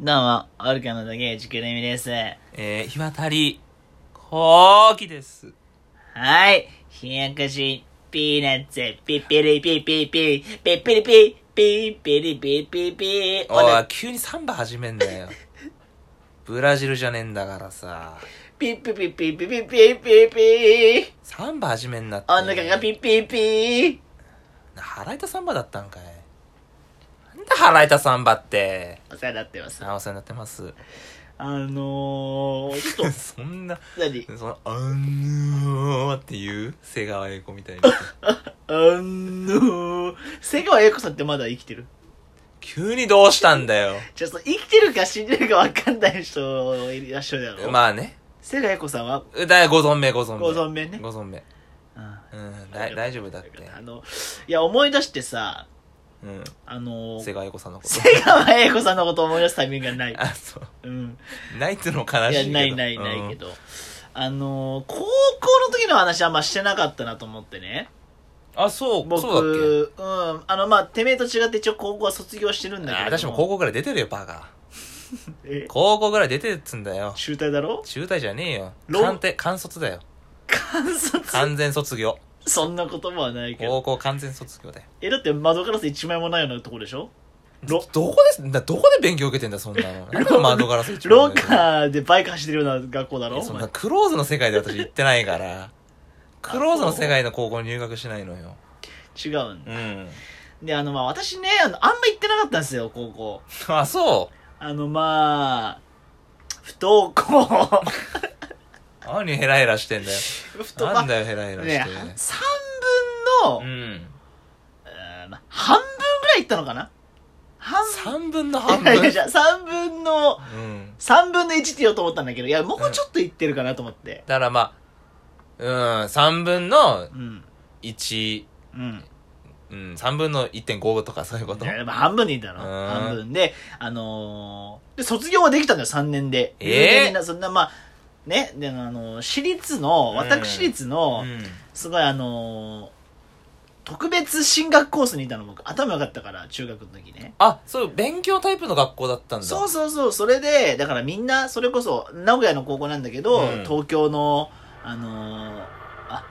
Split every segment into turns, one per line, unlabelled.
どうも、オルカの竹内くるみです。
えー、日渡り、ほうきです。
はい。ひやかし、ピーナッツ、ピッピリピッピッピー、ピッピリピッピー、ピリピッピッピー。
お
お
い、急にサンバ始め んだよ。ブラジルじゃねえんだからさ。
ピッピッピッピッピッピッピッピッピー。
サンバ始めんなって。
お腹がピッピッピー。
腹板サンバだったんかい。なんだ腹板サンバって。
お世話になってます。
あ、お世話になってます。
あのー、ちょっと、
そんな、
何
その、あのーっていう、瀬川栄子みたいに。
あのー、瀬川栄子さんってまだ生きてる
急にどうしたんだよ。
ちょっと生きてるか死んでるかわかんない人いらっしゃるだろ。
まあね。
瀬川栄子さんは
だいご存命、ご存命。
ご存命ね。
ご存命。
うん
うん、だい大丈夫だって。
あの、いや、思い出してさ、
うん。
あの、
瀬川栄子さんのこと。
瀬川栄子さんのこと思い出すタイミングがない。
あ、そう。
うん。
ないっていうの
い
も悲しい
や、
けど。
ないないないけど。あの、高校の時の話あんましてなかったなと思ってね。
うん。あ、そう、
僕、
そうだっ
うん。あの、まあ、てめえと違って一応高校は卒業してるん
け
だ
あ
けど。
私も高校ぐらい出てるよ、バカ。
え
高校ぐらい出てるっつんだよ。
中退だろ
中退じゃねえよ。
ロー
完定、完卒だよ。
観察
完全卒業。
そんな言葉はないけど。
高校完全卒業だよ。
え、だって窓ガラス一枚もないようなとこでしょロ
どこです、だどこで勉強受けてんだ、そんな の。なんで窓ガラス一
ロ
番
ッカーでバイク走ってるような学校だ
い
ろ
や
お
そん
前
なクローズの世界で私行ってないから。クローズの世界の高校に入学しないのよ。
違うんだ
うん。
で、あの、まあ、私ね、あの、あんま行ってなかったんですよ、高校。
あ、そう。
あの、まあ、不登 校。
何ヘラヘラしてんだよ。
不登
なん
ま
だよ、ヘラヘ
あ
ラ
ね、
して。
三分の、
うん。
うんまあ半分ぐらい行ったのかな半
三分の半
い
分
やいやいや三分の、
うん。
三分の一って言おうと思ったんだけど、いや、もうちょっと行ってるかなと思って。
だからまあ、うん、3分の
うん。
1、
うん。
うん、3分の1.5とかそういうこと
い。やまあ半分でいいだろ。
うん
半分で、あのーで、卒業はできたんだよ、3年で。
ええ
みんなそんな、まあ、ね、で、あのー私立の、
うん
私立
う
の、
ん。
すごいあのー特別進学コースにいたの僕頭良かったから中学の時ね
あ、そう、勉強タイプの学校だったんだ。
そうそうそうそれでだからみんなそれこそ名古屋の高校なんだけど、
うん
東京のあのーあ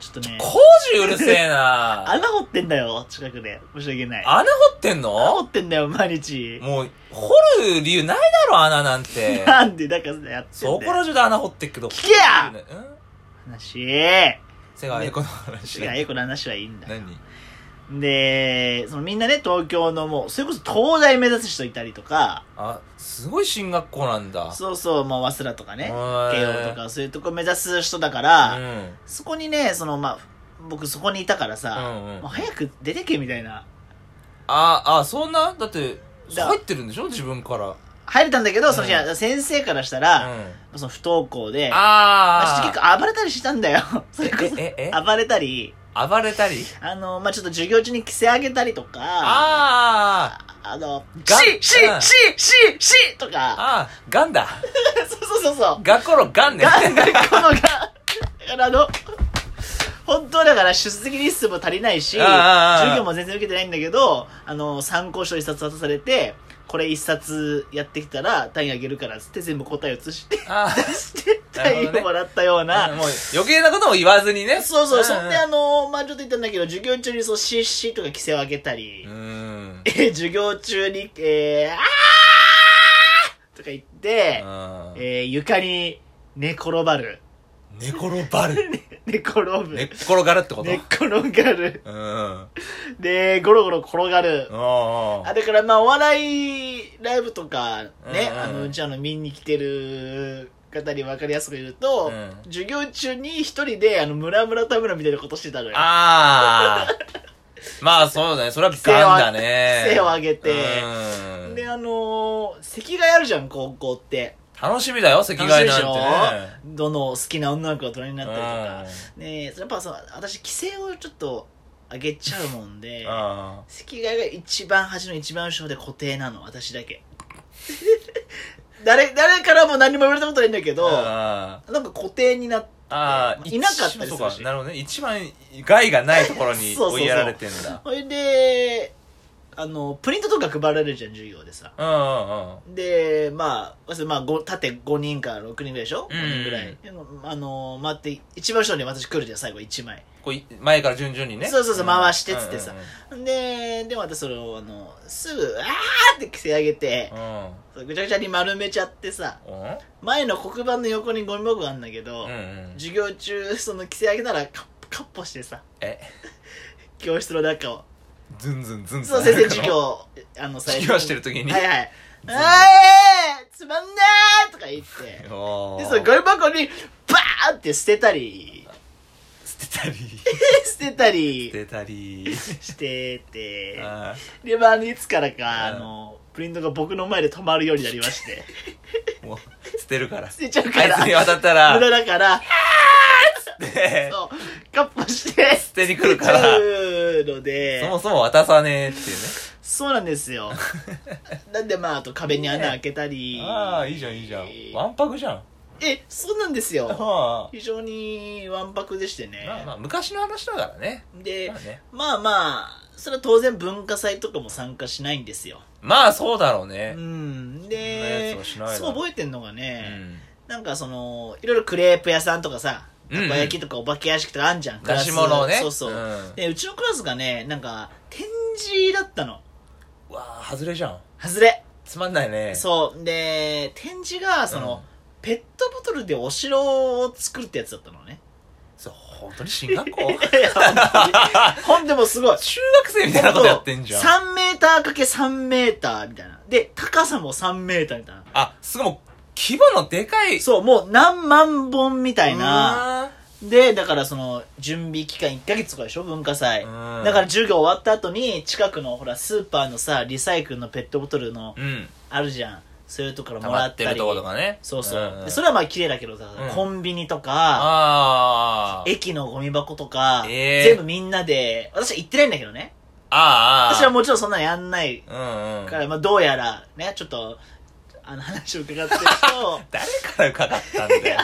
ちょっとね
工事うるせ えな
穴掘ってんだよ近くで申し訳ない
穴掘ってん
穴掘
の
ってんだよ毎日
もう、掘る理由ないだろ、穴な んて。
なんでだからやって
そ
ん
こ
だよ
ら中で穴掘ってっけど。
聞けや
うん
話違
瀬川栄子の話。
うよこの話はいいんだよ
何
でそのみんなね東京のもうそれこそ東大目指す人いたりとか
あ、すごい進学校なんだ。
そうそう、まあ、早稲田とかね、
へ
慶
ー
応とか、そういうとこ目指す人だから、
うん。
そこにね、その、まあ、僕そこにいたからさ、
うんう
も
ん
う早く出てけみたいな。
あ、あ、そんなだって、
だ
入ってるんでしょ自分から。
入れたんだけど、
うん
その日は先生からした
う
ら、
ん。
その不登校で、
あ
私
ー
結。構暴れたりしたんだよ。 それこそ
え、え、え、
暴れたり、
暴れたり
あの、まあ、ちょっと授業中に着せ上げたりとか、あ
あー
の、
が
し、し
う、ん
し、し、し、とか、
あー、ガンだ。
そうそうそうそう。
学校のガンね。
が、学校のが、だからあの、本当だから出席日数も足りないし、
ああああ
授業も全然受けてないんだけど、あの、参考書一冊渡されて、これ一冊やってきたら単位あげるからっつって全部答え移して、
あ
出して、
なる
単
ほどね
位をもらったよう
あ、
な。
もう余計なことも言わずにね。
そうそう、そんであ
の。
の、まあ、ちょっと言ったんだけど、授業中にそう、シーシーとか規制を上げたり
う、ん。
え授業中に、えー、あーとか言って、
うん
えー、床に寝転ばる。
寝転ばる。
寝転ぶ。
寝っ転がるってこと
寝っ転がる。
うん。うん
で、ゴロゴロ転がる。
うん
あ、だからまあ、お笑いライブとかね、
うん
あの、うちあの、見に来てる方に分かりやすく言うと、
うん
授業中に一人で、あの、ムラムラ田村みたいなことしてたのよ。
あー。まあそうだね。それはガンだね。
背を上げて
うん
で、あのー、席替えあるじゃん、高校って。
楽しみだよ、席替え
楽しいでしょ
なんてね。
どの好きな女の子が隣になったりとか。
う
ねやっぱその、私、規制をちょっと上げちゃうもんで。
んうん
席替えが一番端の一番後ろで固定なの私だけ 誰誰からも何も言われたことないんだけどな
あ
んか固定になっ
あ
いなかったりするし
そうかなるほどね一番害がないところに
そうそうそう
追いやられてんだ
それであのプリントとか配られるじゃん授業でさ
うんうんうん
でまあ要するにまあご縦5人から6人ぐらいでしょ
うん
5人ぐらい、でもあの回って一番後ろに私来るじゃん最後1枚
こうい前から順々にね
そうそうそうん回してっつってさ
うん
ででまたそれをあのすぐ「あー!」って着せ上げて
うんうん
ぐちゃぐちゃに丸めちゃってさ
うん
前の黒板の横にゴミ箱があるんだけど、
うんうん
授業中その着せ上げならカッカッポしてさ
え
教室の中を
ズンズンズンズン
そう先生授業をあの
授業してる時に
はいはい「
ずんずん
あえつまんねえ!」とか言ってで
おー
そのゴミ箱にバーンって捨てたり
捨てたり
捨てた
捨
り
てた り
してて
あ
でまあいつからかあ
うん
のプリントが僕の前で止まるようになりまして
ーもう捨てるから
捨てちゃう
あ
か
いつ
ら
に渡った
無駄
ら
だから
で
そうカッポして捨
捨てに来る から
うので
そもそも渡さねえっていうね
そうなんです よ。なんでまあ、あと壁に穴開けたり。
ああいいじゃんいいじゃんわんぱくじゃん
え、そうなんですよ。
は
非常にわんぱくでして
あ
ね。
まあまあ昔の話だからね
で
まあ、ね
まあまあ、それは当然文化祭とかも参加しないんですよ。
まあそうだろうね
うん。
そんなや
で
つはしない、な
そう覚えてんのが
う
ね、
ん
なんかその、いろいろクレープ屋さんとかさ、
うん
たこ焼きとかお化け屋敷とかあんじゃん、ク
出
ラス
し物をね
そうそう。
ん
で、うちのクラスがね、なんか、展示だったの。
うわあ外れじゃん
外れ。
つまんないね
そう。で、展示が、その、
うん
ペットボトルでお城を作るってやつだったのね。
そう本当に進学校
いや本当にほんでもうすごい。
中学生みたいなことやってんじゃん
3メーターかけ3メーターみたいな。で、高さも3メーターみたいな。
あすごいもう規模のでかい
そう、もう何万本みたいな。
な
で、だからその、準備期間1ヶ月とかでしょ文化祭。
うん
だから授業終わった後に、近くのほら、スーパーのさ、リサイクルのペットボトルの、
うん
あるじゃん。そういうとこから
溜
も
ま
ら
っ
ってた
る
り。
とことかね
そうそう。
ん
でそれはまあ綺麗だけどさ、
うん
コンビニとか、
あー
駅のゴミ箱とか、
えー
全部みんなで、私は行ってないんだけどね。
あーあー
私はもちろんそんなのやんない
うんうん
から、まあどうやら、ね、ちょっと、あの話を伺ってると、
誰から伺った んだよ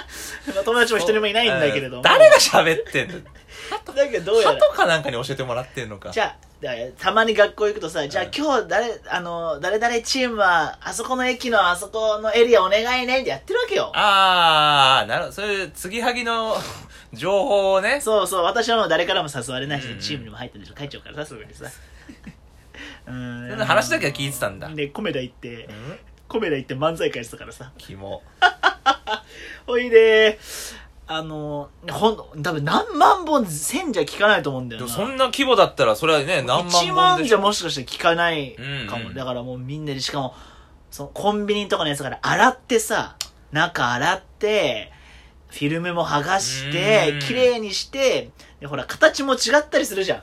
まあ友達も一人もいないんだけれど
う
も。
誰が喋ってんの
だけどどうやら
鳩。かなんかに教えてもらってんのか
じゃあ、だからたまに学校行くとさ、じゃあ
うん
今日誰、あの、誰々チームは、あそこの駅のあそこのエリアお願いねってやってるわけよ。
ああなるほどそういう継ぎはぎの情報をね
そうそう、私はもう誰からも誘われないし、
うんうん
チームにも入ってるでしょ、帰っちゃうからさ、すぐに さ。うん
そんな話だけは聞いてたんだ
で、コメダ行って
う、ん
コメダ行って漫才会してたからさ。
キモ
ほいで、あの、ほん、多分何万本、千じゃ聞かないと思うんだ
で
よ
も
な。
そんな規模だったらそれはね何万
1
本
万
で
じ
し
ゃ
ょ
もしかして聞かないか
うん
も。
うん
だからもうみんなで、しかも、そのコンビニとかのやつから洗ってさ、中洗って、フィルムも剥がして
うん、
綺麗にして、でほら、形も違ったりするじゃん。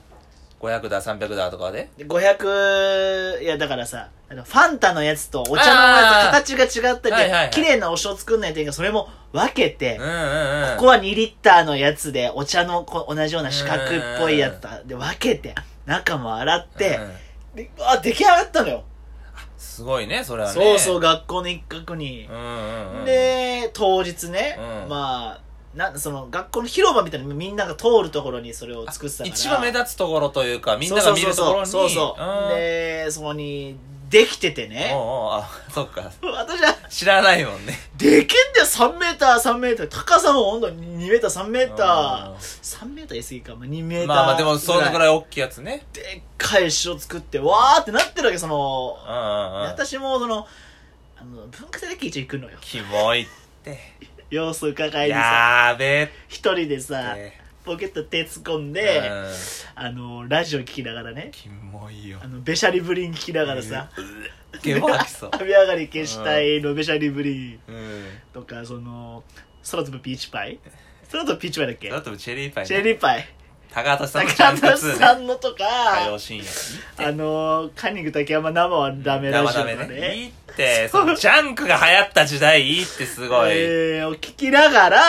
500だ300だとかで
で500いやだからさあのファンタのやつとお茶のやつ形が違ったりで、
はいはいはい
綺麗なお塩作んないといけないそれも分けて、
うんうんうん
ここは2リッターのやつでお茶のこ同じような四角っぽいやつだで分けて中も洗って
う、ん
であ出来上がったのよ、
すごいねそれはね
そうそう
う
学校の一角に
ん、うんうん
で当日ね、
うん
まあなその学校の広場みたいなみんなが通るところにそれを作ってたから
一番目立つところというかみんなが見るところに
そうそうそうそう、
ん
でそこにできてて
おう
ね
おうあそっか
私は
知らないもんね
でけんだよ3メーター3メーター高さも温度2メーター3メーター
うん
3メーター言い過ぎか、まあ、2メーター
まあまあでもそのぐら
い
い大きいやつね
でっかい石を作ってわーってなってるわけその
うんうんうん
私もそのあの文化祭だけ一応行くのよ
キモいって
様子伺いにさ
やーべっ
一人でさ
て
ポケット手突っ込んで、
うん
あのラジオ聞きながらね
キモいよ
あのべしゃりぶりん聞きながらさ、
ゲボ吐きそう
雨上がり消したいのべしゃりぶりん
うん
とかその空飛ぶピーチパイ空飛ぶピーチパイだっけ
あとチェリーパイね
チェリーパイ
高畑さんのち
高
ゃんと
田
2
さ
ね
んのと
火
か
曜深夜いいって
あのカンニング竹山生はダメラジオとか
生ダメねい
ね
いってそのジャンクが流行った時代いいってすごい
え
うん
ーを聞きながら、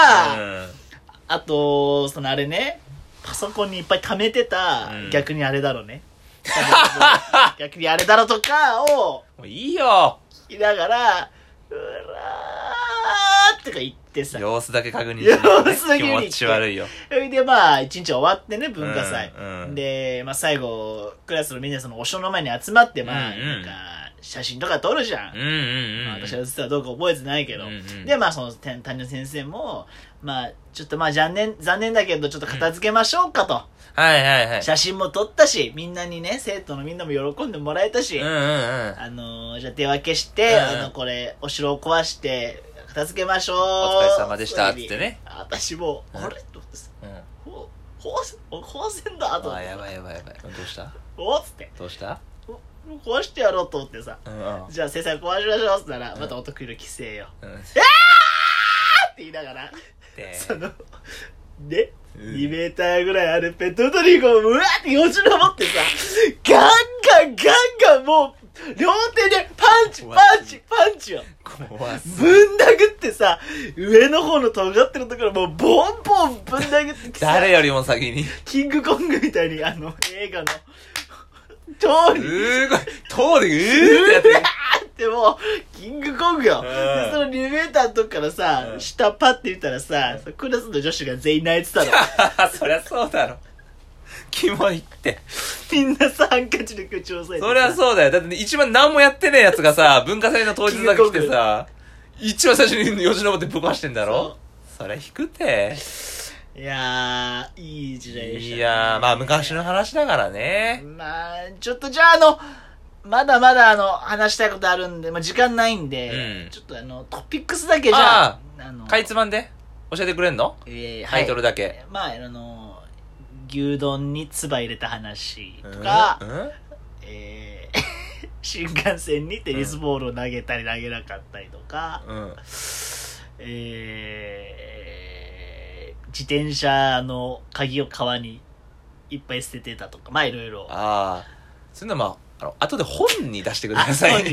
あとそのあれねパソコンにいっぱい貯めてた、
うん
逆にあれだろうね 逆にあれだろとかを
もういいよ
聞きながらうらーっとか言ってさ。
様子だけ確認しないとね
様子だけ見に行って
気持ち悪いよ。
それでまあ、一日終わってね、文化祭。
うんうん
で、まあ最後、クラスのみんなそのお城の前に集まって、まあ、
うんう
な
ん
んか、写真とか撮るじゃん。
うんうんうん。
まあ、私は実はどうか覚えてないけど。
うんうん
で、まあその担担任の先生も、まあ、ちょっとまあ残念、残念だけど、ちょっと片付けましょうかと。
はいはいはい。
写真も撮ったし、みんなにね、生徒のみんなも喜んでもらえたし。
うんうんうん。
あのーじゃあ手分けして、
うん
あの、これ、お城を壊して、片付けましょう。お
お疲れ様でした、つって。ね。
私もう、
うん
あれと思ってさ、
うん。
ほ、ほうせ、壊せんだ、と思っ
あー
てさ。
やばいやばいやばい。どうした
おっつって、
どうした
もう壊してやろうと思ってさ。
うんうん。
じゃあ、制裁壊しましょう、つったら、
うん
またお得意の規制よ。
う
っ
ん
て言いながら、
で
その、で、
うん
2メーターぐらいあるペットボトルにこう、うわーってよじ登ってさ、ガンガンガンガンもう、両手でパンチ、パンチ、パンチよ。
怖す
ぶん殴ってさ、上の方の尖ってるところもうボンボンぶん殴ってきてさ
誰よりも先に。
キングコングみたいにあの映画の通
う
り、
ーごい。通り、うーってやっ
あ
て。
ってもう、キングコングよ。
うん
で、その2メーターのとこからさ
う、ん
下パって見たらさ、クラスの女子が全員泣いてたの。
そりゃそうだろ。キモいって。
みんなさ、ハンカチで口を押さえてさ。
そりゃそうだよ。だって、ね、一番何もやってねえやつがさ、文化祭の当日だけ来てさ、一番最初によじ登ってぶっ壊してんだろそりゃ引くて。
いやー、いい時代でした、ね。
いやー、まあ昔の話だからね。
まあ、ちょっとじゃあ、あの、まだまだあの、話したいことあるんで、まあ時間ないんで、
うん
ちょっとあの、トピックスだけじゃあ、あの、
かいつまんで教えてくれんの
えー
タイトルだけ。
まあ、あの、牛丼に唾入れた話とか、
うんうん
えー 新幹線にテニスボールを投げたり投げなかったりとか、
うん。
えー自転車の鍵を川にいっぱい捨ててたとか、まあいろいろ。
ああ。そういうのはまあ、あの、後で本に出してくださ
あ
い
そう。